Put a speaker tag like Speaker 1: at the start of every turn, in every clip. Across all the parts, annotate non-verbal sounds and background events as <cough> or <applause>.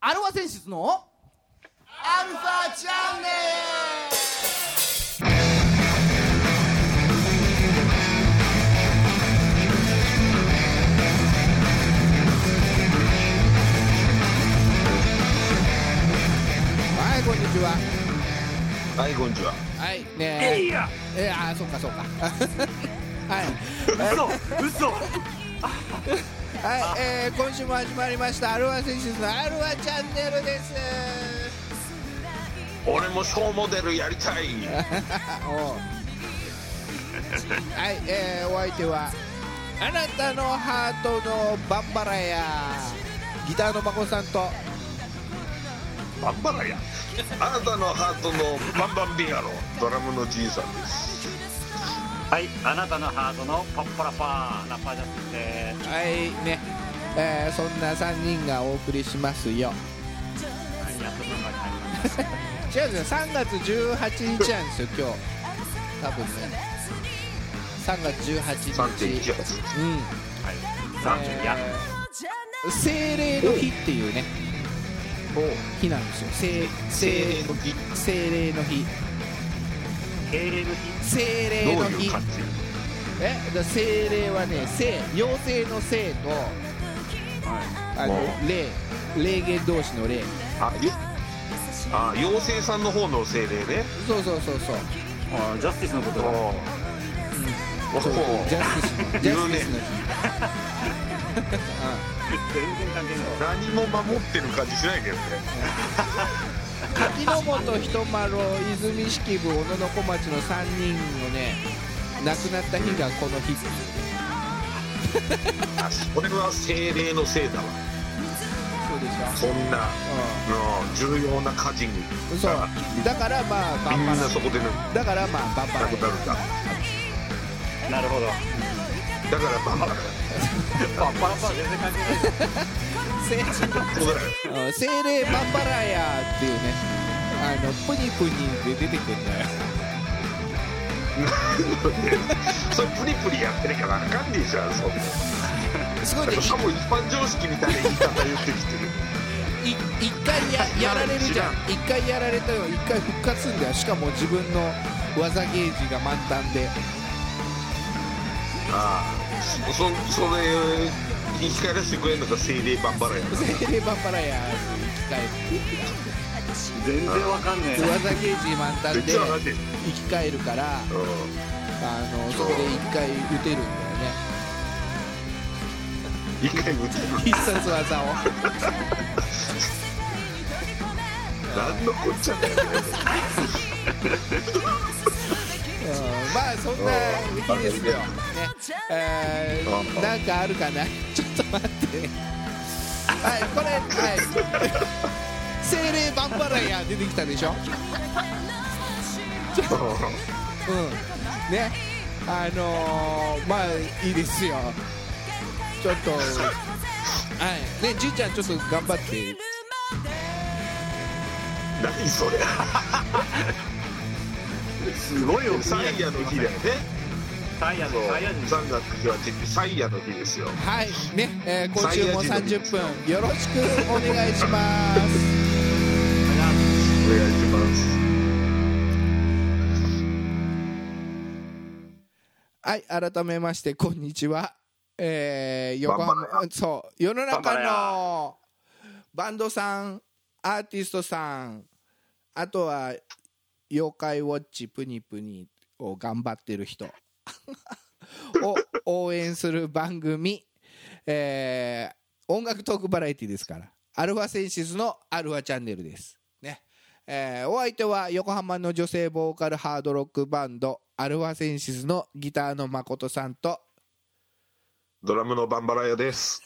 Speaker 1: アルファ選出のアルファチャンネルはいこんにちは
Speaker 2: はい、こんにちは。
Speaker 1: はいねええーあーそっかそっか <laughs> はい
Speaker 3: 嘘嘘
Speaker 1: はい、えー今週も始まりましたアルファ選手のアルファチャンネルです。
Speaker 2: 俺もショーモデルやりたい。
Speaker 1: <laughs> おうはい、えーお相手はあなたのハートのバンバラヤギターの孫さんと
Speaker 2: バンバラや。あなたのハートのバンバンビアロ、ドラムのじいさんです。
Speaker 3: はいあなたのハートのパッパラパーラッパージャスで
Speaker 1: はいね、えーそんな3人がお送りしますよ。
Speaker 3: すはいやっと分がになりました
Speaker 1: 違うんですよ3月18日なんですよ今日多分ね3月
Speaker 2: 三
Speaker 1: 18
Speaker 2: 点
Speaker 1: 日
Speaker 2: 一。
Speaker 1: うん
Speaker 3: はい三十や
Speaker 1: えー精霊の日っていうね日なんですよ精
Speaker 2: 精
Speaker 1: 精
Speaker 2: 霊の日。
Speaker 1: 精霊の日
Speaker 3: 敬礼の日
Speaker 1: 精
Speaker 2: どう
Speaker 1: 霊の
Speaker 2: い
Speaker 1: 日
Speaker 2: う感じ。
Speaker 1: えだから精霊はね精妖精の精と
Speaker 3: は
Speaker 1: あの
Speaker 2: うん
Speaker 1: 霊霊言同士の霊
Speaker 2: あ、ゆ。あ、妖精さんの方の精霊ね。
Speaker 1: そうそうそうそう
Speaker 3: いあジャスティスのこと
Speaker 2: お
Speaker 3: だ
Speaker 2: お。お
Speaker 1: そう
Speaker 2: お
Speaker 1: ジ。ャスティスのジャ
Speaker 2: 言
Speaker 1: ステ
Speaker 2: う
Speaker 1: ィ
Speaker 2: ね
Speaker 1: スの日
Speaker 3: 全然関係ない
Speaker 2: 何も守ってる感じしないけどね。
Speaker 1: うん柿の本一丸泉式部小野小町の3人のね亡くなった日がこの日
Speaker 2: あ、これは精霊のせいだわ。
Speaker 1: そうでしょ
Speaker 2: そんな。うん重要な家事に。
Speaker 1: うんそうだからまあバ
Speaker 2: みん
Speaker 1: ンバ
Speaker 2: なそ
Speaker 1: ン
Speaker 2: こでね
Speaker 1: だからまあバンバ
Speaker 2: 亡
Speaker 1: ン
Speaker 2: くなるんだ。
Speaker 3: なるほど
Speaker 2: だからバンバラや。
Speaker 3: パッパラパー全然関係ない
Speaker 1: 精
Speaker 2: そうだよ。
Speaker 1: うん精霊バンバラヤーっていうねあのプニプニで出てくるんだよ
Speaker 2: <laughs> それプリプリやってるからわかんねえじゃんそんな
Speaker 1: すごいね
Speaker 2: しかも一般常識みたいな言い方言ってきてる
Speaker 1: いい一回ややられるじゃん一回やられたよ一回復活すんだよしかも自分の技ゲージが満タンで
Speaker 2: <laughs> ああそそそれ言い返らせてくれるのが精霊バンバラや
Speaker 1: 精霊バンバラヤーって
Speaker 3: 全然わかんね
Speaker 1: 生き返る技ゲージ満タンで
Speaker 2: 実はマジでうん
Speaker 1: 生き返るからあの
Speaker 2: <laughs>
Speaker 1: そこで一回打てるんだよね
Speaker 2: 一回打てる
Speaker 1: 必殺技を
Speaker 2: 何のこっちゃだよ
Speaker 1: うんまあそんな日ですよ、ねえー、なんかあるかな <laughs> ちょっと待ってはいこれはい <laughs> 精霊バンパライア出てきたでしょうんねあのー、まあいいですよちょっとはいねじいちゃんちょっと頑張って
Speaker 2: <laughs> 何それ <laughs>
Speaker 3: すごいよ
Speaker 2: サイヤの日だよね
Speaker 3: サイヤ
Speaker 2: そう
Speaker 3: のサイヤ人
Speaker 2: 3月日はサイヤの日です <laughs> よ
Speaker 1: はいね、えー今週も30分よろしくお願いします
Speaker 2: お願いします
Speaker 1: はい、改めまして、こんにちは。えー、横浜
Speaker 2: バンバ、
Speaker 1: そう、世の中
Speaker 3: バンバラ
Speaker 1: のバンドさん、アーティストさん、あとは、妖怪ウォッチプニプニを頑張ってる人 <laughs> を応援する番組、えー音楽トークバラエティですから、アルファセンシスのアルファチャンネルです。ね。えーお相手は横浜の女性ボーカルハードロックバンドアルファセンシスのギターの誠さんと
Speaker 2: ドラムのバンバラヤです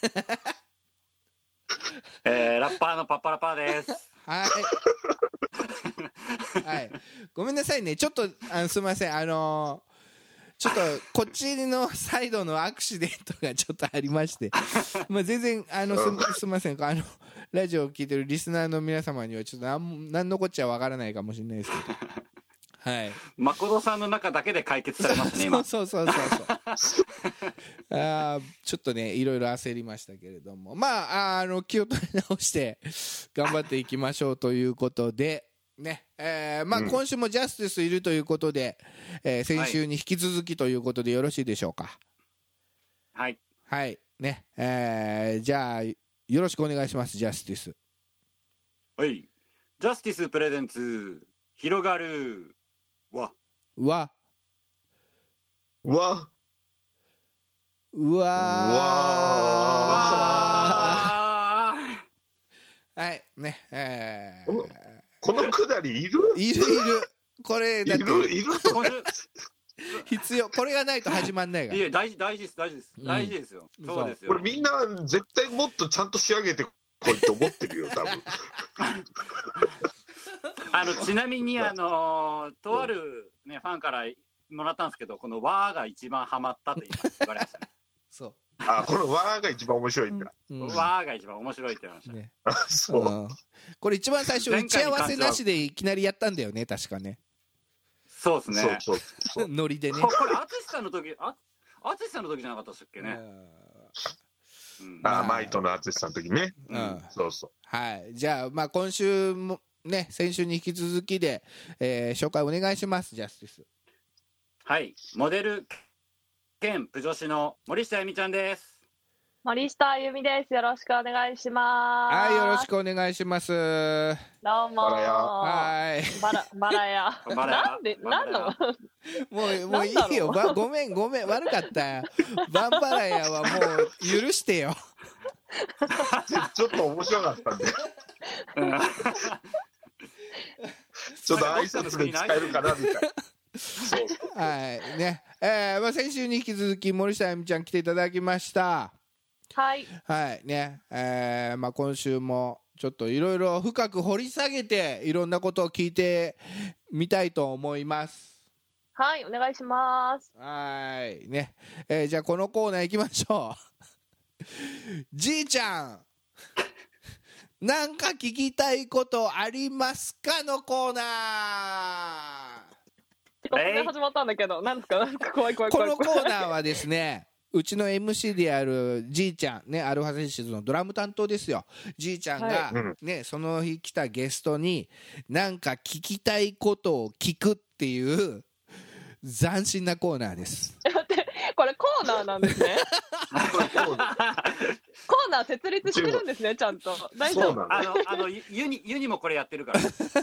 Speaker 3: えーラッパーのパッパラパーです
Speaker 1: はいはいごめんなさいねちょっとあのすみませんあのーちょっとこっちのサイドのアクシデントがちょっとありまして、まあ、全然あのすすみませんあのラジオを聞いてるリスナーの皆様にはちょっとなん何のこっちゃわからないかもしれないですけどはい
Speaker 3: 誠さんの中だけで解決されますね、
Speaker 1: <laughs>
Speaker 3: 今。
Speaker 1: そうそうそうそうそうあーちょっとねいろいろ焦りましたけれどもまああーあの気を取り直して頑張っていきましょうということでねえーまあ、今週もジャスティスいるということで、えー先週に引き続きということでよろしいでしょうか
Speaker 3: はい。
Speaker 1: はいねえーじゃあよろしくお願いしますジャスティス
Speaker 3: はい。ジャスティスプレゼンツ、広がるは、
Speaker 1: わ
Speaker 2: わ
Speaker 1: うわ
Speaker 2: わ
Speaker 3: あ
Speaker 1: はいねえ
Speaker 2: お
Speaker 1: ー
Speaker 2: このくだりいる
Speaker 1: いるいるこれ
Speaker 2: い
Speaker 1: だって
Speaker 2: るいる
Speaker 3: ーこれ
Speaker 1: 必要これがないと始まんないか
Speaker 3: い
Speaker 1: ら
Speaker 3: や大事大事です大事です
Speaker 1: うん
Speaker 3: 大事ですよ、
Speaker 1: そう
Speaker 3: そうです
Speaker 2: こ
Speaker 3: よ
Speaker 2: れみんな絶対もっとちゃんと仕上げてこいと思ってるよ多分
Speaker 3: あのちなみにあのーとあるねファンからもらったんですけどこの和が一番ハマったと言われましたね
Speaker 1: そ
Speaker 2: あこのわが一番面白いんだ、
Speaker 1: う、うん
Speaker 3: 和が一番面白いって言われましたね
Speaker 1: ね
Speaker 2: あそう、
Speaker 1: うんこれ一番最初打
Speaker 3: 前回
Speaker 1: ち
Speaker 3: に
Speaker 1: 合わせなしでいきなりやったんだよね確かね
Speaker 3: そうですね
Speaker 2: そうそうそう
Speaker 1: ノリでね
Speaker 3: ここれ淳さんの時あ淳さんの時じゃなかったでしたっけね、うん
Speaker 1: あ
Speaker 2: あマイトの淳さんの時ね
Speaker 1: うんうん
Speaker 2: そうそ
Speaker 1: はいじゃあまあ今週もね先週に引き続きで、えー紹介お願いしますジャスティス
Speaker 3: はいモデル兼プ女子の森下由美ちゃんです
Speaker 4: 森下あゆみです。よろしくお願いします。
Speaker 1: はいよろし。くお願いしますは
Speaker 4: どう
Speaker 2: バ
Speaker 4: も。
Speaker 2: ラヤ
Speaker 4: <laughs>
Speaker 1: ーい
Speaker 4: バラバラヤ。
Speaker 3: バラヤ
Speaker 4: なんで、
Speaker 3: バ
Speaker 4: なん
Speaker 3: ラヤ
Speaker 4: の。
Speaker 1: もうもういいよ
Speaker 4: なんだろ
Speaker 1: ばごめんごめん悪かったよバンバラヤはもう許してよ
Speaker 2: うでちょっと面白かったんでちょっと挨拶で使えるかなみたいなそう
Speaker 1: はいねえーまあ、先週に引き続き森下あゆみちゃん来ていただきました
Speaker 4: はい。
Speaker 1: はいねえーまあ、今週もちょっといろいろ深く掘り下げていろんなことを聞いてみたいと思います
Speaker 4: はい、お願いします。
Speaker 1: はいね、えーじゃあこのコーナー行きましょう <laughs> じいちゃんなんか聞きたいことありますかのコーナー
Speaker 4: 突然始まったんだけど、なんですか、なんか怖い怖い
Speaker 1: こ
Speaker 4: 怖い
Speaker 1: の
Speaker 4: 怖い。
Speaker 1: コーナーはですね、うちの MC であるじいちゃん、ね、アルファセンシズのドラム担当ですよ。じいちゃんが
Speaker 4: は、
Speaker 2: うん
Speaker 1: ね、その日来たゲストに、なんか聞きたいことを聞くっていう、斬新なコーナーです。
Speaker 4: <laughs> これコーナーなんで
Speaker 2: <laughs>
Speaker 4: すね。
Speaker 2: そう
Speaker 4: コーナー設立してるんですね、ちゃんと。大丈
Speaker 2: そう
Speaker 4: 夫。
Speaker 2: なの
Speaker 3: あのあのゆゆにゆにもこれやってるからそ
Speaker 2: そう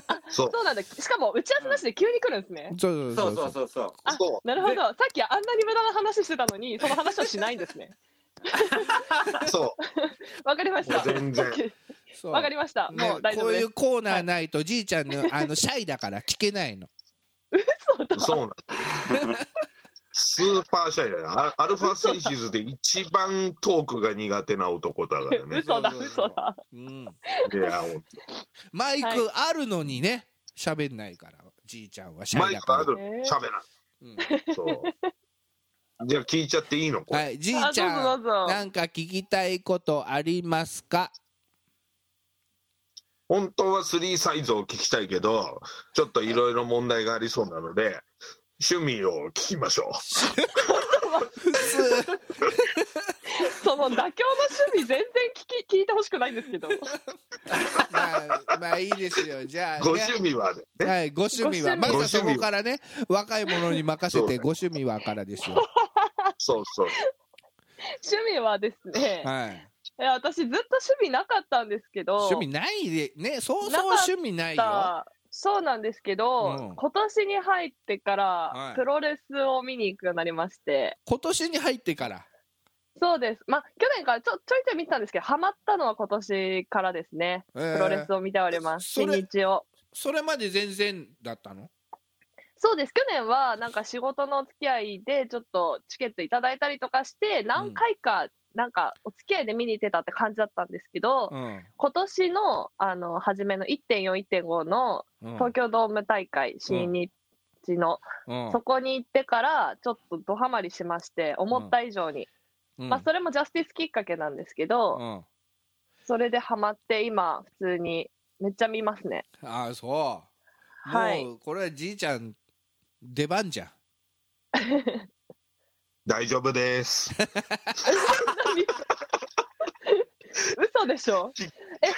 Speaker 4: そうなんだ。しかも、打ち合わせなしで急に来るんですね。
Speaker 1: そう
Speaker 3: う
Speaker 1: そうそう
Speaker 3: そ
Speaker 1: そう
Speaker 3: うそうそう
Speaker 4: あ
Speaker 2: そ
Speaker 4: なるほど。さっきあんなに無駄な話してたのに、その話をしないんですね。
Speaker 2: うそ
Speaker 4: わかりました。
Speaker 2: もう全然
Speaker 4: OK
Speaker 1: そう
Speaker 4: わかりました。
Speaker 1: ね
Speaker 4: もう大丈
Speaker 1: こ
Speaker 4: 夫
Speaker 1: う
Speaker 4: で
Speaker 1: い
Speaker 4: す
Speaker 1: う。コーナーないと、じいちゃんの、あの、シャイだから聞けないの。
Speaker 2: うそうなのスーパーシャイだよアアルファセンシズで一番トークが苦手な男だからね
Speaker 4: <laughs> 嘘だ、
Speaker 1: そうそうそう
Speaker 4: 嘘だ。
Speaker 1: うん。
Speaker 2: いやほんと
Speaker 1: マイク
Speaker 4: はい
Speaker 1: あるのにね、喋んないから、じいちゃんはシャ
Speaker 2: マ
Speaker 1: イ
Speaker 2: イ
Speaker 1: だ
Speaker 2: ク
Speaker 1: か
Speaker 2: あ
Speaker 1: ら。
Speaker 2: る
Speaker 4: えー
Speaker 2: 喋ら
Speaker 1: うん
Speaker 2: んそうじゃあ聞いちゃっていいのこれ、
Speaker 1: はい、じい
Speaker 4: あ
Speaker 1: ちゃん。
Speaker 4: どうぞどうぞ
Speaker 1: なんか聞きたいことあります
Speaker 4: <laughs>
Speaker 1: か。
Speaker 2: 本当は3サイズを聞きたいけどちょっといろいろ問題がありそうなので趣味を聞きましょ
Speaker 1: 普通、
Speaker 4: その妥協の趣味全然聞き聞いてほしくないんですけ
Speaker 1: <laughs>
Speaker 4: ど。
Speaker 1: まあ、まあいいですよ。じゃ
Speaker 2: う
Speaker 1: あ、
Speaker 2: ご
Speaker 1: ね。
Speaker 2: 趣味はね
Speaker 1: はい、ご趣味は、
Speaker 4: ご
Speaker 1: ま
Speaker 4: 趣味
Speaker 1: ずはそこからね、若い者に任せ
Speaker 2: そう
Speaker 1: て、
Speaker 2: ね
Speaker 1: ご趣味はからですよ。
Speaker 2: そうそう
Speaker 4: 趣味はですね、
Speaker 1: はい。
Speaker 4: いや私ずっと趣味なかったんですけど、
Speaker 1: 趣味ないで、ね、そうそう
Speaker 4: なかった
Speaker 1: 趣味ないよ。は
Speaker 4: だそうなんですけど、
Speaker 1: うん
Speaker 4: 今年に入ってから、
Speaker 1: はい
Speaker 4: プロレスを見に行くようになりまして、
Speaker 1: 今年に入ってから。
Speaker 4: そうです、まあ、去年からちょちょいちょい見てたんですけど、ハマったのは今年からですね、
Speaker 1: プ
Speaker 4: プロレスを見ております、
Speaker 1: それ
Speaker 4: 日にちを。
Speaker 1: それまで全然だったの。
Speaker 4: そうです去年はなんか仕事のお付き合いでちょっとチケットいただいたりとかして何回かなんかお付き合いで見に行ってたって感じだったんですけど、
Speaker 1: うん。
Speaker 4: 今年のあの初めの1.4.1.5の
Speaker 1: うん
Speaker 4: 東京ドーム大会新日の、
Speaker 1: うん
Speaker 4: そこに行ってからちょっとドハマりしまして思った以上に、
Speaker 1: うん
Speaker 4: まあ、それもジャスティスきっかけなんですけど、
Speaker 1: うん
Speaker 4: それでハマって今普通にめっちゃ見ますね <laughs>
Speaker 1: ああ、そう。
Speaker 4: はい
Speaker 1: もうこれはじいちゃん出番じゃん
Speaker 2: 大丈
Speaker 1: <laughs>
Speaker 2: 夫です。
Speaker 4: 嘘でしょ
Speaker 2: ち
Speaker 4: えで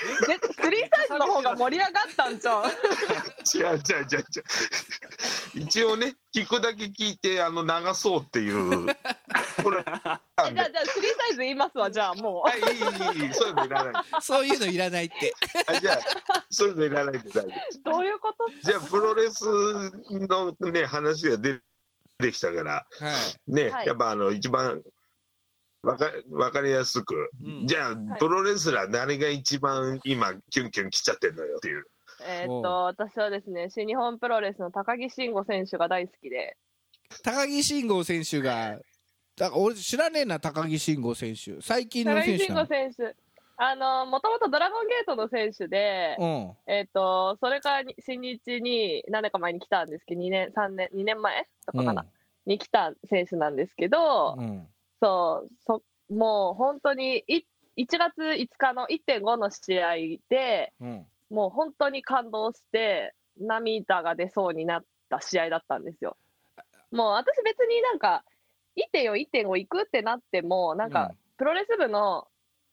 Speaker 4: スリーサイズの方が盛り上がったんじゃん
Speaker 2: 違う違う違う違う。一応ね、聞くだけ聞いて、あの、流そうっていう。これ。あ
Speaker 4: え <laughs> じゃあじゃあスリーサイズ言いますわじゃあも
Speaker 2: いい、いい、いい、そういうのいらない。
Speaker 1: そういうのいらないって
Speaker 2: あじゃあ、そういうのいらないで大丈夫。
Speaker 4: うどういうこと
Speaker 2: じゃあ、プロレスのね、話が出てきたから、
Speaker 1: はい、
Speaker 2: ね、
Speaker 4: はい
Speaker 2: やっぱあの、一番わかわかりやすく、
Speaker 1: うん
Speaker 2: じゃあ、
Speaker 4: い
Speaker 2: プロレスラー誰が一番今、キュンキュン来ちゃってんのよっていう。
Speaker 4: えー
Speaker 1: お
Speaker 4: っ
Speaker 1: う
Speaker 4: と私はですね新日本プロレスの高木慎吾選手が大好きで
Speaker 1: 高木慎吾選手がだ俺知らねえな高木慎吾選手最近の
Speaker 4: 高木
Speaker 1: 選手
Speaker 4: 慎
Speaker 1: な
Speaker 4: 吾選手あのもともとドラゴンゲートの選手で、
Speaker 1: の
Speaker 4: えーっとそれからに新日に何年か前に来たんですけど2年3年2年前と
Speaker 1: うんう
Speaker 4: かか
Speaker 1: ん
Speaker 4: な、に来た選手なんですけど、
Speaker 1: うん
Speaker 4: そうそもう本当にい1月5日の1.5の試合で
Speaker 1: うん
Speaker 4: もう本当に感動して涙が出そうになった試合だったんですよ。もう私別になんか1.4、1.5行くってなってもなんかプロレス部の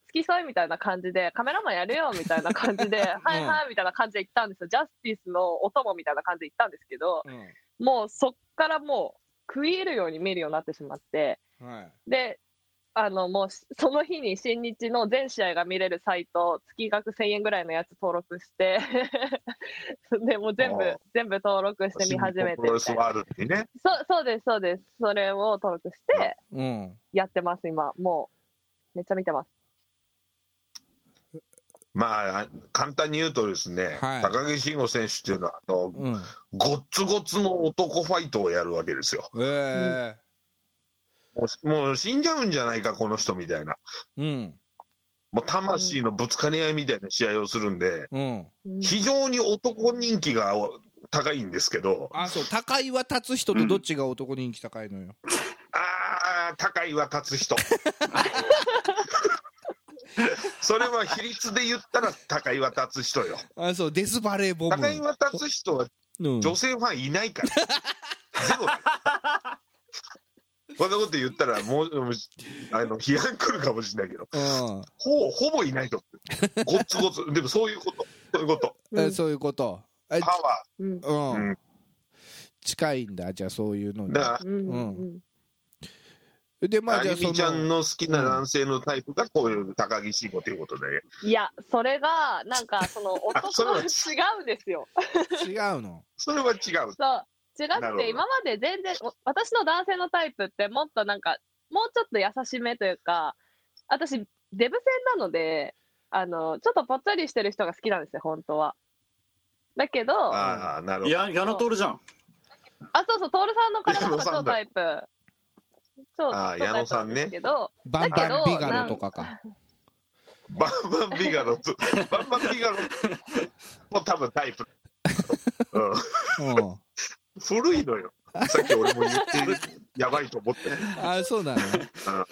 Speaker 4: 付き添いみたいな感じでカメラマンやるよみたいな感じではいはいみたいな感じで行ったんですよ。ジャスティスのお供みたいな感じで行ったんですけど
Speaker 1: う
Speaker 4: もうそっからもう食い入るように見るようになってしまって。
Speaker 1: んはい
Speaker 4: で、あのもうしその日に新日の全試合が見れるサイト、月額1000円ぐらいのやつ登録して、 <laughs> でもう全部
Speaker 2: ああ、
Speaker 4: 全部登録して見始めて
Speaker 2: プ
Speaker 4: み
Speaker 2: ロレス
Speaker 4: たいな
Speaker 2: ワールドにね。
Speaker 4: そうそうです、そうです、それを登録して
Speaker 1: うん
Speaker 4: やってます、今、もう、めっちゃ見てます。
Speaker 2: まあ、簡単に言うとですね、
Speaker 1: はい
Speaker 2: 高木慎吾選手っていうのは、あの、
Speaker 1: うん
Speaker 2: ごっつごつの男ファイトをやるわけですよ。
Speaker 1: ええ
Speaker 2: もうもう死んじゃうんじゃないか、この人みたいな。
Speaker 1: うん
Speaker 2: もう魂のぶつかり合いみたいな試合をするんで、
Speaker 1: うん
Speaker 4: うん
Speaker 2: 非常に男人気が高いんですけど、
Speaker 1: あそう高井は立つ人とどっちが男人気高いのよ
Speaker 2: あー、高いは立つ人。 <laughs> それは比率で言ったら高いは立つ人よ。
Speaker 1: あそうデスバレーボム
Speaker 2: 高いは立つ人は
Speaker 1: うん
Speaker 2: 女性ファンいない
Speaker 1: <laughs>
Speaker 2: から。ゼロだよこんなこと言ったらもうもうあの批判来るかもしれないけど、
Speaker 1: うん
Speaker 2: ほほぼいないと思う。ごっつごつ。でもそういうこと。そういうこと。
Speaker 1: えそういうことえ
Speaker 2: パワ
Speaker 4: うん
Speaker 1: う
Speaker 2: うんん
Speaker 1: 近いんだじゃあそういうの
Speaker 2: ー。
Speaker 1: に
Speaker 2: だから
Speaker 4: うん
Speaker 1: う
Speaker 4: うん
Speaker 1: でまあ
Speaker 2: あ
Speaker 1: じゃあ
Speaker 2: ゆ
Speaker 1: そ
Speaker 2: みちゃん
Speaker 1: の
Speaker 2: の好きな男性のタイプがこういう高木慎吾ということで、
Speaker 4: いや、それが、なんか、その
Speaker 2: <laughs>
Speaker 4: 男
Speaker 2: それは
Speaker 4: 違うんですよ。
Speaker 1: 違うの
Speaker 2: それは違う。
Speaker 4: そう違
Speaker 2: なる
Speaker 4: く
Speaker 2: ほど
Speaker 4: て今まで全然お私の男性のタイプってもっとなんかもうちょっと優しめというか私デブ戦なのであのちょっとぽっちゃりしてる人が好きなんですよ本当はだけどあ
Speaker 2: ああ、なるほど。
Speaker 3: や、矢野徹じゃん。
Speaker 4: そうそう徹さんの体とか
Speaker 2: 矢野さ
Speaker 4: 超
Speaker 2: んだ
Speaker 4: タイプ超
Speaker 2: あー
Speaker 4: 超
Speaker 2: 矢野さんね
Speaker 4: タイプなんですけど
Speaker 1: バン
Speaker 4: だけ
Speaker 1: バン
Speaker 4: ど
Speaker 1: ビガロとかか
Speaker 2: バンバンビガロと、バンバンビガロも多分タイプ。うん、
Speaker 1: うん
Speaker 2: 古いのよ。さっき俺も言ってる、やばいと思って。
Speaker 1: あそうなの
Speaker 4: そう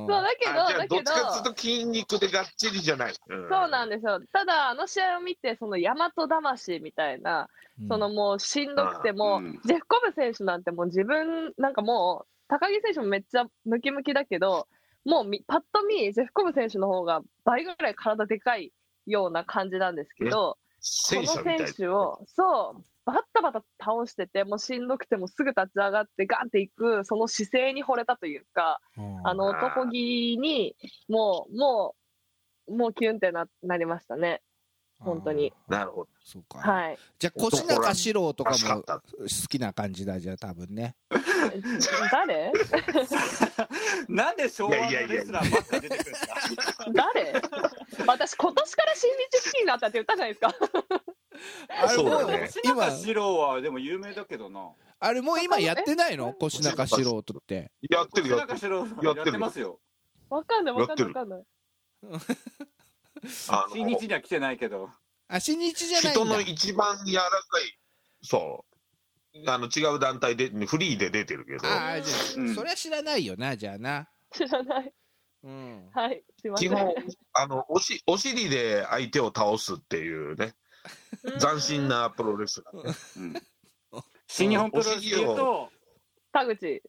Speaker 1: うん
Speaker 4: だけど
Speaker 2: あじゃあ
Speaker 4: だ
Speaker 2: どっち
Speaker 4: け
Speaker 2: かっていう
Speaker 4: ど
Speaker 2: と筋肉でがっちりじゃない。
Speaker 4: そうなんんですよただあの試合を見てその大和魂みたいな
Speaker 1: うん
Speaker 4: そのもうしんどくても、
Speaker 3: うん
Speaker 4: ジェフコブ選手なんてもう自分なんかもう高木選手もめっちゃムキムキだけどもうみパッと見ジェフコブ選手の方が倍ぐらい体でかいような感じなんですけどこ
Speaker 2: 戦
Speaker 4: の
Speaker 2: 車みたい
Speaker 4: 選
Speaker 2: な。
Speaker 4: 手をそうバッタバタ倒しててもうしんどくてもすぐ立ち上がってガンっていくその姿勢に惚れたというか
Speaker 1: うん
Speaker 4: あの男気にもうもうもうキュンってななりましたね本当に
Speaker 1: あー
Speaker 2: なるほど。
Speaker 1: そうか、
Speaker 2: <laughs>
Speaker 4: はい
Speaker 1: じゃあ越中四郎とか
Speaker 2: 欲しか
Speaker 1: も
Speaker 2: っ
Speaker 1: 好
Speaker 2: た。
Speaker 1: きな感じだじゃあ多分ね
Speaker 4: 誰
Speaker 3: なんで昭和の
Speaker 2: いやいやいや
Speaker 3: レスラーばっか出てくるんですか。
Speaker 4: 誰 <laughs> 私今年から新日好きになったって言ったじゃないですか
Speaker 1: あれ
Speaker 2: そう
Speaker 1: も
Speaker 2: だ
Speaker 1: う
Speaker 2: ね
Speaker 3: でも
Speaker 1: 今
Speaker 3: 白志郎はでも有名だけどな。
Speaker 1: あれもう今やってないの越中四郎とって
Speaker 2: やってるよ。
Speaker 3: 白志
Speaker 2: や
Speaker 3: 郎や
Speaker 2: って
Speaker 3: っ
Speaker 2: る
Speaker 3: てますよ。
Speaker 4: わかんないわかんないわかんない
Speaker 2: あ
Speaker 3: 新
Speaker 2: の
Speaker 3: 日には来てないけど。
Speaker 1: あ新日じゃないんだ
Speaker 2: 人の一番柔らかい、そう。あの違う団体で、フリーで出てるけど、
Speaker 1: ああじゃあ、
Speaker 3: うん
Speaker 1: それは知らないよなじゃあな
Speaker 4: 知らない
Speaker 1: うん
Speaker 4: はいすいませ
Speaker 2: 基
Speaker 4: ん
Speaker 2: 本、あのおし、お尻で相手を倒すっていうね、斬新なプロレスラー。
Speaker 3: うん新日本プロレスで言うと、
Speaker 2: <laughs>
Speaker 4: 田口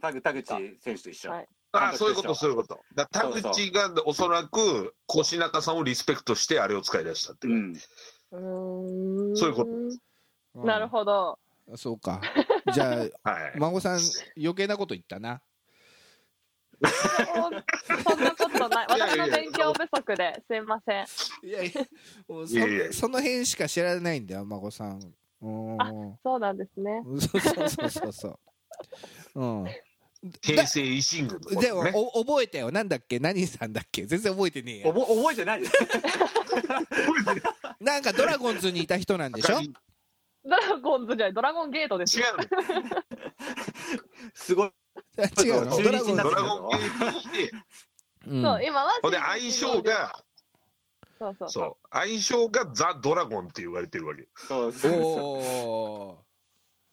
Speaker 3: 田口田口選手と一緒。
Speaker 4: はい
Speaker 2: ああ、そういうこと、そういうこと。だから
Speaker 3: そうそ
Speaker 2: 田
Speaker 3: う
Speaker 2: 口がおそらく、腰中さんをリスペクトして、あれを使い出したって
Speaker 3: う
Speaker 2: いう。
Speaker 3: ん。
Speaker 4: うーん
Speaker 2: そういうこと
Speaker 1: うん
Speaker 4: なるほど
Speaker 1: そうかじゃあ
Speaker 2: はい。
Speaker 1: 孫さん余計なこと言ったな
Speaker 4: そんなことない
Speaker 2: <laughs> いやいや
Speaker 4: 私
Speaker 2: いや
Speaker 4: の勉強不足ですいません
Speaker 1: いやいやもうそ
Speaker 2: いやいや
Speaker 1: その辺しか知らないんだよ孫さんうん
Speaker 4: そうなんですね
Speaker 1: そうそうそうそうそううん
Speaker 2: 平成維新軍のことね
Speaker 1: でも、お覚えたよなんだっけ何さんだっけ全然覚えてねえ
Speaker 3: お
Speaker 1: よ
Speaker 3: ぼ覚えてない <laughs> です。
Speaker 1: なんかドラゴンズにいた人なんでしょ
Speaker 2: 赤い
Speaker 4: ドラゴンズじゃないドラゴンゲートです
Speaker 2: 違
Speaker 4: よ
Speaker 2: う
Speaker 3: すごい。
Speaker 1: <laughs> 違うの
Speaker 3: 中
Speaker 1: ド
Speaker 3: 日
Speaker 1: ラゴン
Speaker 2: の。
Speaker 1: ズ
Speaker 2: ドラゴンゲームに来て、
Speaker 1: うん
Speaker 4: そう今は
Speaker 2: ほんで相性が、
Speaker 4: そうそうそう
Speaker 2: そう、相性がザ・ドラゴンって言われてるわけ。
Speaker 3: そうそうそ
Speaker 1: お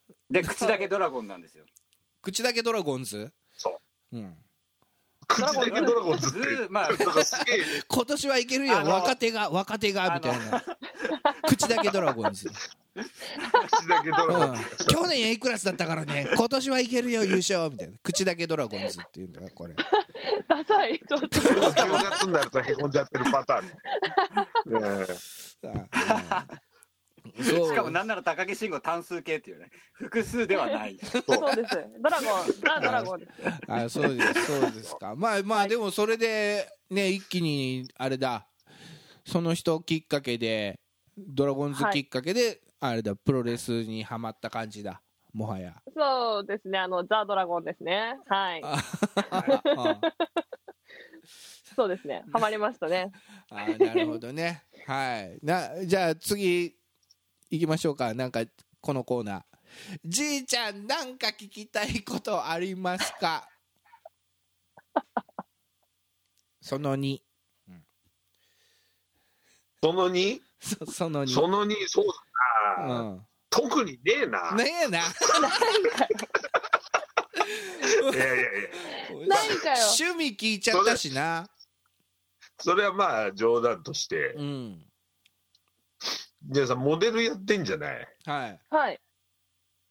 Speaker 1: ー
Speaker 3: う。で、口だけドラゴンなんですよ。
Speaker 1: 口だけドラゴンズ、
Speaker 2: そう
Speaker 1: ん、
Speaker 2: 口だけドラゴンズって。
Speaker 3: ずまあ、
Speaker 2: だからすげえ、
Speaker 1: 今年はいけるよ
Speaker 3: あの
Speaker 1: 若手が若手がみたい
Speaker 3: <laughs>
Speaker 1: な口だけドラゴンズ、
Speaker 2: 口だけド
Speaker 1: うん
Speaker 2: ラゴン、
Speaker 1: 去年 A クラスだったからね今年はいけるよ優勝みたいな口だけドラゴンズっていうんだよこれ
Speaker 4: ダ
Speaker 2: <laughs>
Speaker 4: サいちょっと
Speaker 2: 10月になるとへこんじゃってるパターン。ええ
Speaker 1: あうんそう
Speaker 3: しかもなんなら高木慎吾単数形っていうね。複数ではない。
Speaker 4: そうですドラゴンザドラゴンです
Speaker 1: あそうですそうですかまあまあでもそれでね一気にあれだその人きっかけでドラゴンズきっかけで、あれだプロレスにはまった感じだもはや
Speaker 4: そうですねあのザドラゴンですねはい
Speaker 1: ああ
Speaker 4: そうですねハマりましたね
Speaker 1: あなるほどねはいなじゃあ次行きましょうかなんかこのコーナーじいちゃんなんか聞きたいことありますかその2
Speaker 2: その2、
Speaker 1: そその2
Speaker 2: その2、そうだな。
Speaker 1: う
Speaker 2: 特にねえな。
Speaker 1: ん、ねえな
Speaker 2: いやいやいや。
Speaker 1: <laughs>
Speaker 4: ないかよ
Speaker 1: 趣味聞いちゃったしな
Speaker 2: それはまあ冗談として、
Speaker 1: うん
Speaker 2: じゃあさ、モデルやってんじゃない
Speaker 1: はい
Speaker 4: はい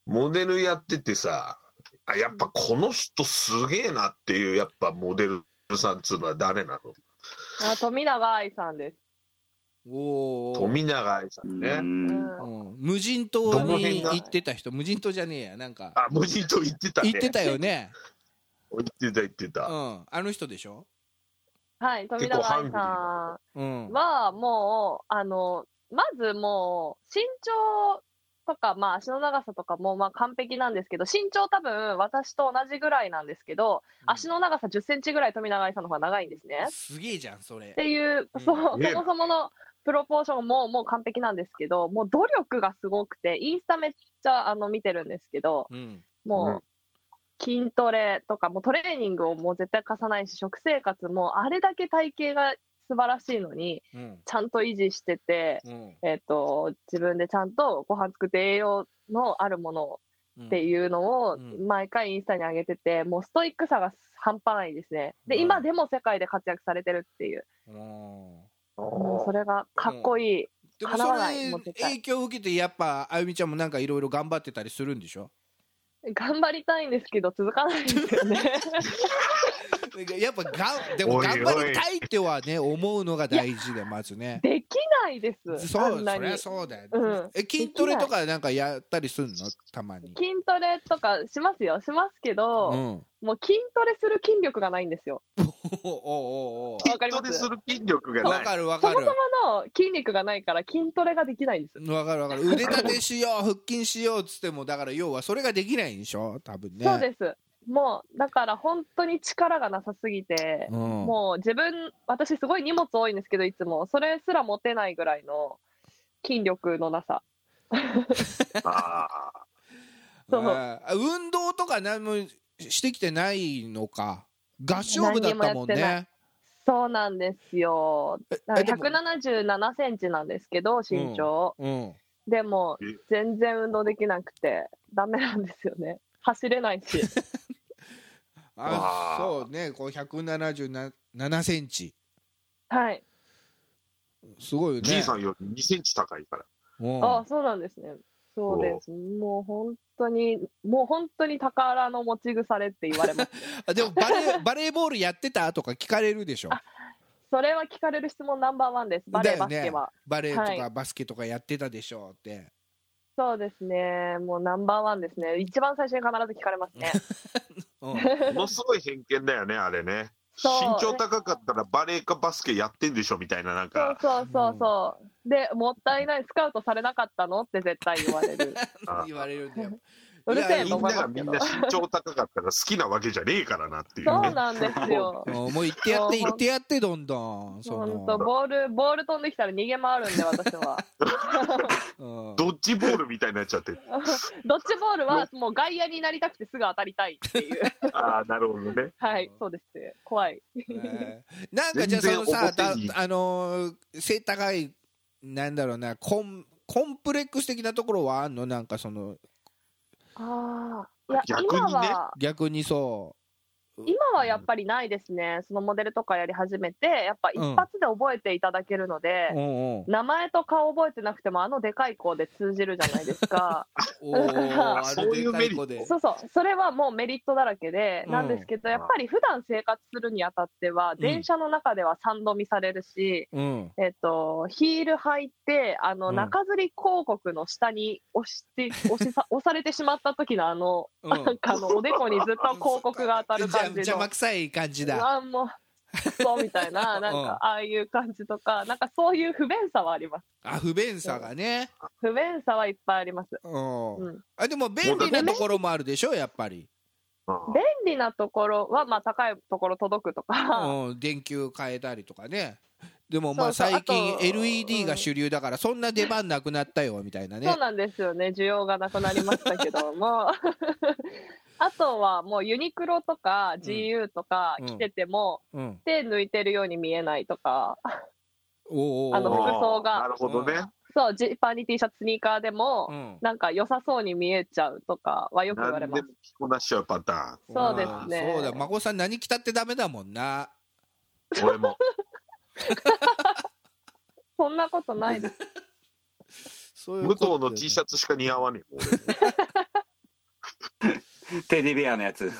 Speaker 2: モデルやっててさ、あやっぱこの人すげえなっていう、やっぱモデルさんっつうのは誰なの
Speaker 4: あ富永愛さんです
Speaker 1: おお、
Speaker 2: 富永愛さん
Speaker 3: う
Speaker 2: ね。
Speaker 4: うんん
Speaker 1: うん、無人
Speaker 2: ど
Speaker 1: 島
Speaker 2: の
Speaker 1: に
Speaker 2: 辺が
Speaker 1: 行ってた人無人島じゃねえやなんか
Speaker 2: あ、無人島言ってたね。
Speaker 1: 行ってたよね
Speaker 2: 言ってた言って
Speaker 1: う
Speaker 2: た。
Speaker 1: んあの人でしょ
Speaker 4: はい、富永
Speaker 2: ハング
Speaker 4: 愛
Speaker 2: リーな
Speaker 4: さ
Speaker 1: うん
Speaker 4: んはもう、あの、まずもう、身長とか、まあ、足の長さとかも、まあ、完璧なんですけど、身長多分、私と同じぐらいなんですけど、足の長さ10センチぐらい富永愛さんの方が長いんですね。
Speaker 1: すげえじゃんそれ
Speaker 4: っていう、そう、
Speaker 2: ね
Speaker 4: そもそものプロポーションも、もう完璧なんですけど、もう努力がすごくて、インスタめっちゃ、あの、見てるんですけど、
Speaker 1: うん
Speaker 2: う
Speaker 4: も
Speaker 2: ん
Speaker 4: う、筋トレとか、もうトレーニングをもう絶対貸さないし、食生活もあれだけ体型が素晴らしいのに、
Speaker 1: うん
Speaker 4: ちゃんと維持してて、
Speaker 1: うん
Speaker 4: えっ、と、自分でちゃんとご飯作って栄養のあるものを
Speaker 1: うん
Speaker 4: っていうのを
Speaker 1: うん
Speaker 4: 毎回インスタに上げてて、もうストイックさが半端ないですね。
Speaker 1: うん
Speaker 4: で、今でも世界で活躍されてるっていう、
Speaker 1: うん
Speaker 4: もうそれがかっこいい。
Speaker 1: でも
Speaker 4: 叶
Speaker 1: そ
Speaker 4: わない
Speaker 1: れ
Speaker 4: もう絶対
Speaker 1: 影響を受けてやっぱあゆみちゃんもなんかいろいろ頑張ってたりするんでし <laughs> ょ
Speaker 4: 頑張りたいんですけど、続かないんですよ
Speaker 1: <laughs>
Speaker 4: ね。
Speaker 1: やっぱがんでも
Speaker 2: おいお
Speaker 1: 頑
Speaker 2: い
Speaker 1: 張りたいってはね思うのが大事でまずね
Speaker 4: できないです。
Speaker 1: そ
Speaker 4: あ
Speaker 1: うんそ
Speaker 4: な
Speaker 1: り
Speaker 4: に
Speaker 1: ゃそうだよ、
Speaker 4: うん
Speaker 1: え筋トレとかなんかやったりするのたまに、
Speaker 4: 筋トレとかしますよ、しますけ
Speaker 1: う
Speaker 4: ど、
Speaker 1: ん、おう
Speaker 4: もう筋トレする筋力がないんですよ。
Speaker 1: おうおうお
Speaker 4: わかり
Speaker 2: 筋ト
Speaker 4: ます
Speaker 2: レする筋力が
Speaker 1: うわ
Speaker 2: な
Speaker 1: か
Speaker 2: い。
Speaker 1: るわ
Speaker 4: そ
Speaker 1: か
Speaker 4: も
Speaker 1: る
Speaker 4: そもの筋肉がないから筋トレができないんです。
Speaker 1: わかるわかる腕立てしよう腹筋しようっつってもだから要はそれができないんでしょ多分ね
Speaker 4: そうです。もう、だから本当に力がなさすぎて、
Speaker 1: うん、
Speaker 4: もう自分、私すごい荷物多いんですけど、いつも、それすら持てないぐらいの筋力のなさ。
Speaker 2: ああ
Speaker 4: そう
Speaker 1: あー運動とか何もしてきてないのか合唱部だったもん
Speaker 4: 何にもや
Speaker 1: ね
Speaker 4: そうなんですよ。だ
Speaker 1: えで
Speaker 4: か
Speaker 1: も
Speaker 4: ら177センチなんですけど、身長。
Speaker 1: うん
Speaker 4: でも
Speaker 2: え、
Speaker 4: 全然運動できなくて、ダメなんですよね。走れない
Speaker 1: <laughs>
Speaker 4: し。
Speaker 1: あ
Speaker 2: あー
Speaker 1: そうねこう177センチ
Speaker 4: はい。
Speaker 1: すごいよね
Speaker 2: じいさんより2センチ高いから。
Speaker 1: うん
Speaker 4: あそうなんですね。そうです。もう本当に、もう本当に宝の持ち腐れって言われます。
Speaker 1: あでもバレーバレーボールやってたとか聞かれるでしょ
Speaker 4: それは聞かれる質問ナンバーワンです。バレー、バスケは。
Speaker 1: バレーと
Speaker 4: は
Speaker 1: かバスケとかやってたでしょって、
Speaker 4: そうですね。もうナンバーワンですね。一番最初に必ず聞かれますね。
Speaker 1: うん、
Speaker 4: <laughs>
Speaker 2: ものすごい偏見だよね、あれね。身
Speaker 4: そう
Speaker 2: 長高かったらバレーかバスケやってんでしょみたいな、なん
Speaker 4: そう
Speaker 2: か、
Speaker 4: そうそうそう。で、もったいない、スカウトされなかったのって絶対言わ
Speaker 2: <laughs>
Speaker 4: れる。
Speaker 2: あ
Speaker 1: 言われるんだよ
Speaker 4: うるせえ
Speaker 2: み
Speaker 4: と
Speaker 2: ん
Speaker 4: 思
Speaker 2: ない
Speaker 4: ま
Speaker 2: が
Speaker 4: す
Speaker 2: み
Speaker 4: け
Speaker 2: ん
Speaker 4: ど
Speaker 2: な。身長高かったら好きなわけじゃねえからなっていう
Speaker 4: そう
Speaker 2: ね。
Speaker 4: なんです
Speaker 2: <laughs>
Speaker 4: よ。
Speaker 1: うんもう行ってやって
Speaker 4: もう
Speaker 1: 行ってやってどんどんそ
Speaker 4: 本当
Speaker 1: の、
Speaker 4: ボール、ボール飛んできたら逃げ回るんで、私は。
Speaker 1: うん、
Speaker 2: ドッジボールみたいになっちゃってる。
Speaker 4: ドッジボールはもう外野になりたくてすぐ当たりたいっていう。
Speaker 2: ああ、なるほどね。
Speaker 4: はい、そうですね。怖い。
Speaker 1: えーなんかじゃあそのさ
Speaker 2: 全然
Speaker 1: だ
Speaker 2: 表に
Speaker 1: あのー背高いなんだろうなコンコンプレックス的なところはあんのなんかその
Speaker 4: ああ。いや、
Speaker 2: 逆にね
Speaker 4: 今は、
Speaker 1: 逆にそう
Speaker 4: 今はやっぱりないですね。そのモデルとかやり始めて、やっぱ一発で覚えていただけるので、
Speaker 1: うん
Speaker 4: <laughs>
Speaker 1: うん
Speaker 4: 名前と顔覚えてなくてもあのでかい子で通じるじゃないで
Speaker 1: <laughs>
Speaker 4: すか
Speaker 1: おーあ
Speaker 2: そう
Speaker 1: れ
Speaker 2: い
Speaker 1: で
Speaker 2: う
Speaker 1: か
Speaker 2: メ
Speaker 1: い
Speaker 2: リット
Speaker 1: 子で
Speaker 4: そうそうそれはもうメリットだらけで
Speaker 1: うん
Speaker 4: なんですけど、やっぱり普段生活するにあたっては
Speaker 1: ん
Speaker 4: 電車の中では三度見されるし、
Speaker 1: うん
Speaker 4: えっとヒール履いてあ
Speaker 1: う
Speaker 4: の
Speaker 1: ん
Speaker 4: 中吊り広告の下に押して押しさ押されてしまった時のあの
Speaker 1: うん
Speaker 4: なんかあのおでこにずっと広告が当たる感
Speaker 1: じゃ
Speaker 4: じ
Speaker 1: 邪
Speaker 4: の
Speaker 1: 魔。くさい感じだ
Speaker 4: あもうそうみたい
Speaker 1: <laughs>
Speaker 4: な、なん
Speaker 1: うん
Speaker 4: か、ああいう感じとか、なんかそういう不便さはあります。
Speaker 1: あ不便さがね
Speaker 4: 不便さはいっぱいあります。
Speaker 1: うん、
Speaker 4: うん。
Speaker 1: あでも便利なところもあるでしょやっぱり、
Speaker 2: うん
Speaker 4: 便利なところは、まあ、高いところ届くとか、
Speaker 1: うん、電球変えたりとかねでもまあ
Speaker 4: そうそ
Speaker 1: 最
Speaker 4: う
Speaker 1: 近
Speaker 4: あと
Speaker 1: LED が主流だからそんな出番なくなったよみたいなね
Speaker 4: そうなんですよね需要がなくなりましたけ
Speaker 1: <laughs>
Speaker 4: どもあとはもうユニクロとか GU とか
Speaker 1: うん
Speaker 4: 着てても、
Speaker 1: うん
Speaker 4: 手抜いてるように見えないとか
Speaker 1: おーおー
Speaker 4: あの服装が
Speaker 2: なるほどね。
Speaker 4: そうジーパンに T シャツスニーカーでも、
Speaker 1: うん
Speaker 4: なんか良さそうに見えちゃうとかはよく言われ
Speaker 2: 何で
Speaker 4: ま
Speaker 2: すも着こなしちゃうパタ
Speaker 4: そうですね
Speaker 1: あーそうだ、孫さん何着たってダメだもんな。
Speaker 2: ーン。俺も。
Speaker 4: そんなことないです
Speaker 1: そういう
Speaker 2: 武
Speaker 1: こと
Speaker 2: 藤の T シャツしか似合わねえ
Speaker 3: テディベアのやつ。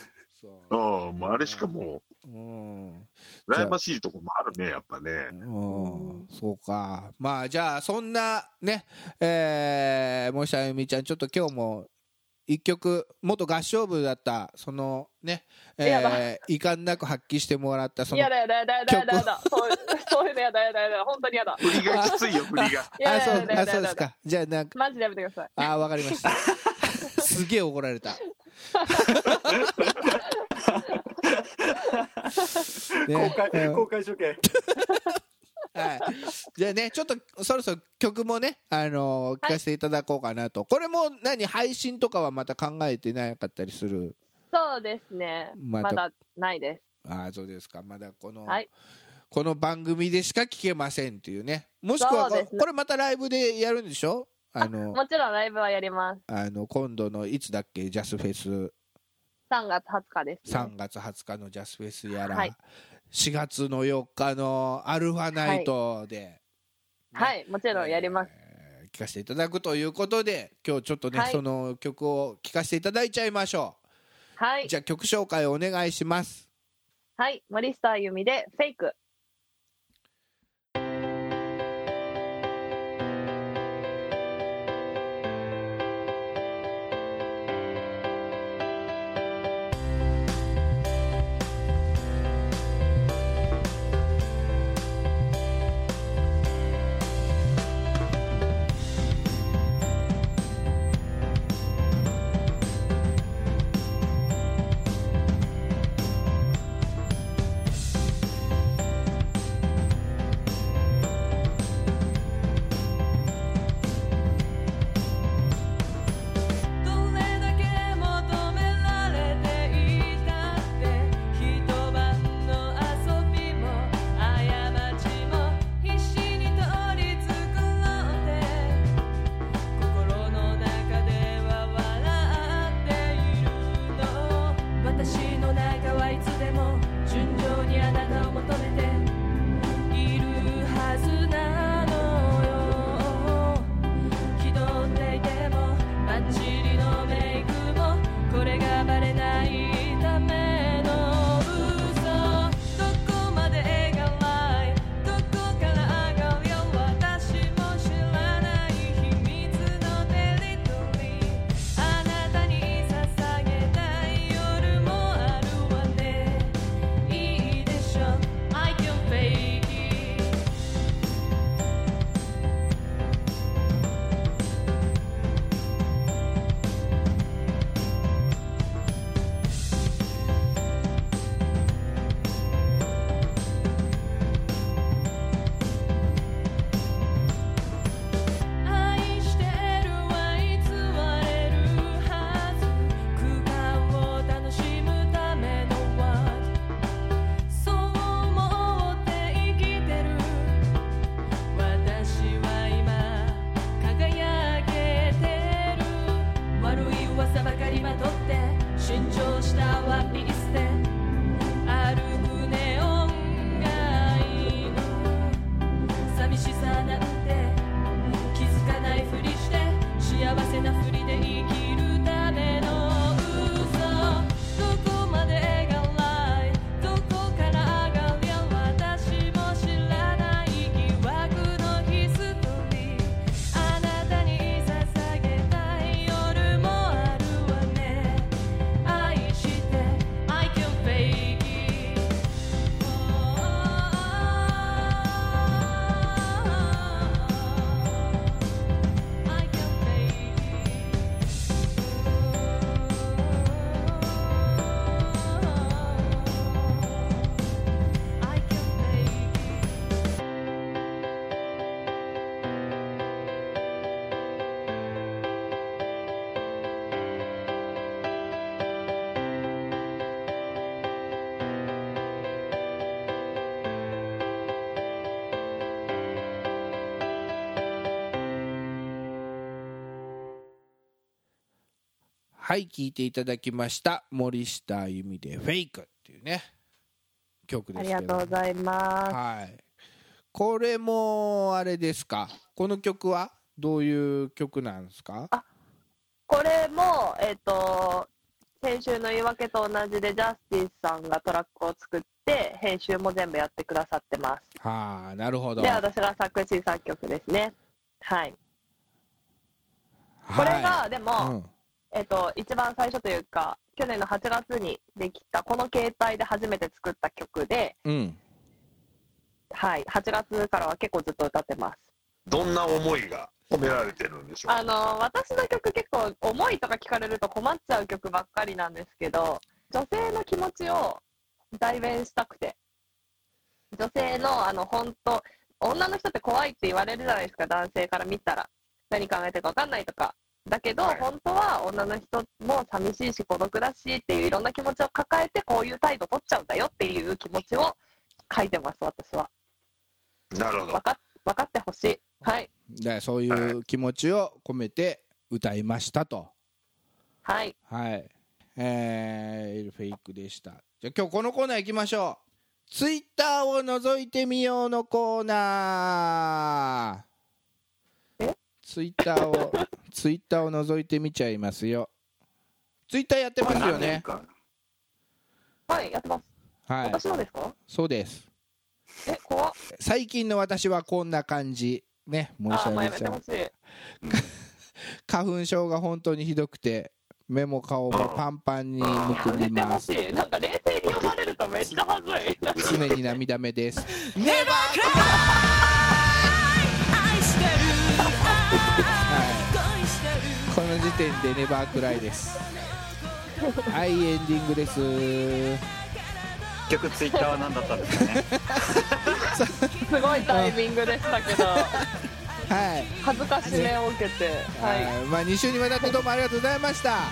Speaker 1: そう
Speaker 2: もん。うん、もうあれしかも
Speaker 1: うん。うん。
Speaker 2: う、羨ましいとこもあるね、やっぱね。
Speaker 4: ん
Speaker 1: そうか。まあじゃあそんなね、えー、もしあゆみちゃんちょっと今日も一曲元合唱部だったそのね、
Speaker 4: や
Speaker 1: えー、遺憾なく発揮してもらったその
Speaker 4: やだやだやだやだやだやだそういう <laughs> そういうのやだやだやだ本当にやだ
Speaker 2: 振りがきついよ、振りが。
Speaker 4: いや
Speaker 1: あ
Speaker 4: い
Speaker 1: そ
Speaker 4: や
Speaker 1: う
Speaker 4: いや
Speaker 1: あ
Speaker 4: いや
Speaker 1: そうで
Speaker 4: いや
Speaker 1: すか。じゃあなんか
Speaker 4: マジでやめてください
Speaker 1: あーわかりま
Speaker 4: <laughs>
Speaker 1: した。すげえ怒られた。
Speaker 3: 公
Speaker 1: ね
Speaker 3: 開、公開処刑。
Speaker 1: はい、じゃあねちょっとそろそろ曲もね、あのー聞かせていただこうかなと、これも何配信とかはまた考えてなかったりする
Speaker 4: そうですね。
Speaker 1: ま
Speaker 4: ま
Speaker 1: た
Speaker 4: だないです。
Speaker 1: ああそうですかまだこの、
Speaker 4: はい
Speaker 1: この番組でしか聞けませんっていうねもしくはこ,、
Speaker 4: そうですね
Speaker 1: これまたライブでやるんでしょあの
Speaker 4: もちろんライブはやります。
Speaker 1: あの今度のいつだっけジャスフェス
Speaker 4: 3月20日です、ね。
Speaker 1: 3月20日のジャスフェスやら、
Speaker 4: はい
Speaker 1: 4月の4日のアルファナイトで、
Speaker 4: はい、もちろんやります。
Speaker 1: えー聞かせていただくということで今日ちょっとね、
Speaker 4: はい
Speaker 1: その曲を聞かせていただいちゃいましょ
Speaker 4: は
Speaker 1: う
Speaker 4: い
Speaker 1: じ。ゃあ曲紹介お願いします
Speaker 4: はい。森下あゆみでフェイク。
Speaker 5: 「
Speaker 1: はい聞いていただきました森下あゆみで「フェイク」っていうね曲で
Speaker 4: あ
Speaker 1: す
Speaker 4: り
Speaker 1: けど
Speaker 4: がとうございま
Speaker 1: はいこれもあれですかこの曲はどういう曲なんですか
Speaker 4: す。これも、えっ、と、先週の言い訳と同じで、ジャスティスさんがトラックを作って、編集も全部やってくださってます。
Speaker 1: はあなるほど
Speaker 4: で、私が作詞作曲ですね。はい。こ
Speaker 1: こ
Speaker 4: れが、でも、
Speaker 1: うん、
Speaker 4: えっと、一番最初というか、去年の8月にできた、この携帯で初めて作った曲で、
Speaker 1: うん、
Speaker 4: はい、8月からは結構ずっと歌ってます。
Speaker 2: どんな思いが込められてるんでしょう
Speaker 4: あの、私の曲結構、思いとか聞かれると困っちゃう曲ばっかりなんですけど、女性の気持ちを代弁したくて。女性の、あの、本当女の人って怖いって言われるじゃないですか、男性から見たら。何考えてるか分かんないとか。だけど、
Speaker 2: はい
Speaker 4: 本当は女の人も寂しいし孤独だしっていういろんな気持ちを抱えてこういう態度取っちゃうんだよっていう気持ちを書いてます、私は。
Speaker 2: なるほ
Speaker 4: 分
Speaker 2: ど。
Speaker 4: かっ分かってほしい。はい。
Speaker 1: だからそういう気持ちを込めて歌いましたと
Speaker 4: はい。
Speaker 1: はいえー、エルフェイクでしたじゃあ今日このコーナー行きましょうツイッターを覗いてみようのコーナー
Speaker 4: え
Speaker 1: ツイッターをツイッターを覗いてみちゃいますよツイッターやってますよね
Speaker 3: これ何年か
Speaker 4: はい、やってます。
Speaker 1: はい
Speaker 4: 私のですか
Speaker 1: そうです
Speaker 4: え、怖っ。
Speaker 1: 最近の私はこんな感じね申し
Speaker 4: あー、もう
Speaker 1: 上
Speaker 4: や
Speaker 1: げ
Speaker 4: め
Speaker 1: ち
Speaker 4: て
Speaker 1: ゃ
Speaker 4: ほ
Speaker 1: う
Speaker 4: しい。
Speaker 1: 花粉症が本当にひどくて目も顔もパンパンにむく
Speaker 4: やめ
Speaker 1: み
Speaker 4: て
Speaker 1: ま
Speaker 4: ほ
Speaker 1: す
Speaker 4: しい。なんか冷静に読まれるとめっちゃまずい。
Speaker 1: 常に涙目です
Speaker 5: 愛してるあー恋してる
Speaker 1: この時点でネバークライですはいエンディングです
Speaker 3: 結局ツイッターは何だったんですかね。
Speaker 4: <laughs> すごいタイミングでした <laughs> けど、
Speaker 1: はい、
Speaker 4: 恥ずかしめを受けて。はい。
Speaker 1: はいまあ2週にわたってどうもありがとうございました
Speaker 4: あ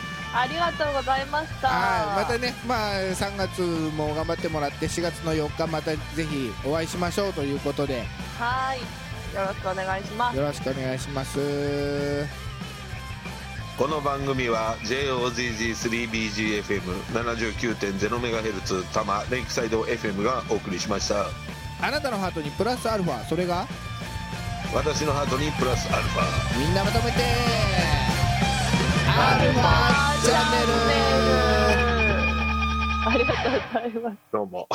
Speaker 4: りがとうございました。
Speaker 1: はいまたね、まあ、3月も頑張ってもらって4月の4日またぜひお会いしましょうということで
Speaker 4: はい。よろしくお願いします。
Speaker 1: よろしくお願いします
Speaker 2: この番組は JOZZ3BGFM79.0MHz 多摩レイクサイド FM がお送りしました。
Speaker 1: あなたのハートにプラスアルファそれが
Speaker 2: 私のハートにプラスアルファ。
Speaker 1: みんなまとめてアルファチャンネル
Speaker 4: ありがとうございます。
Speaker 2: どうも。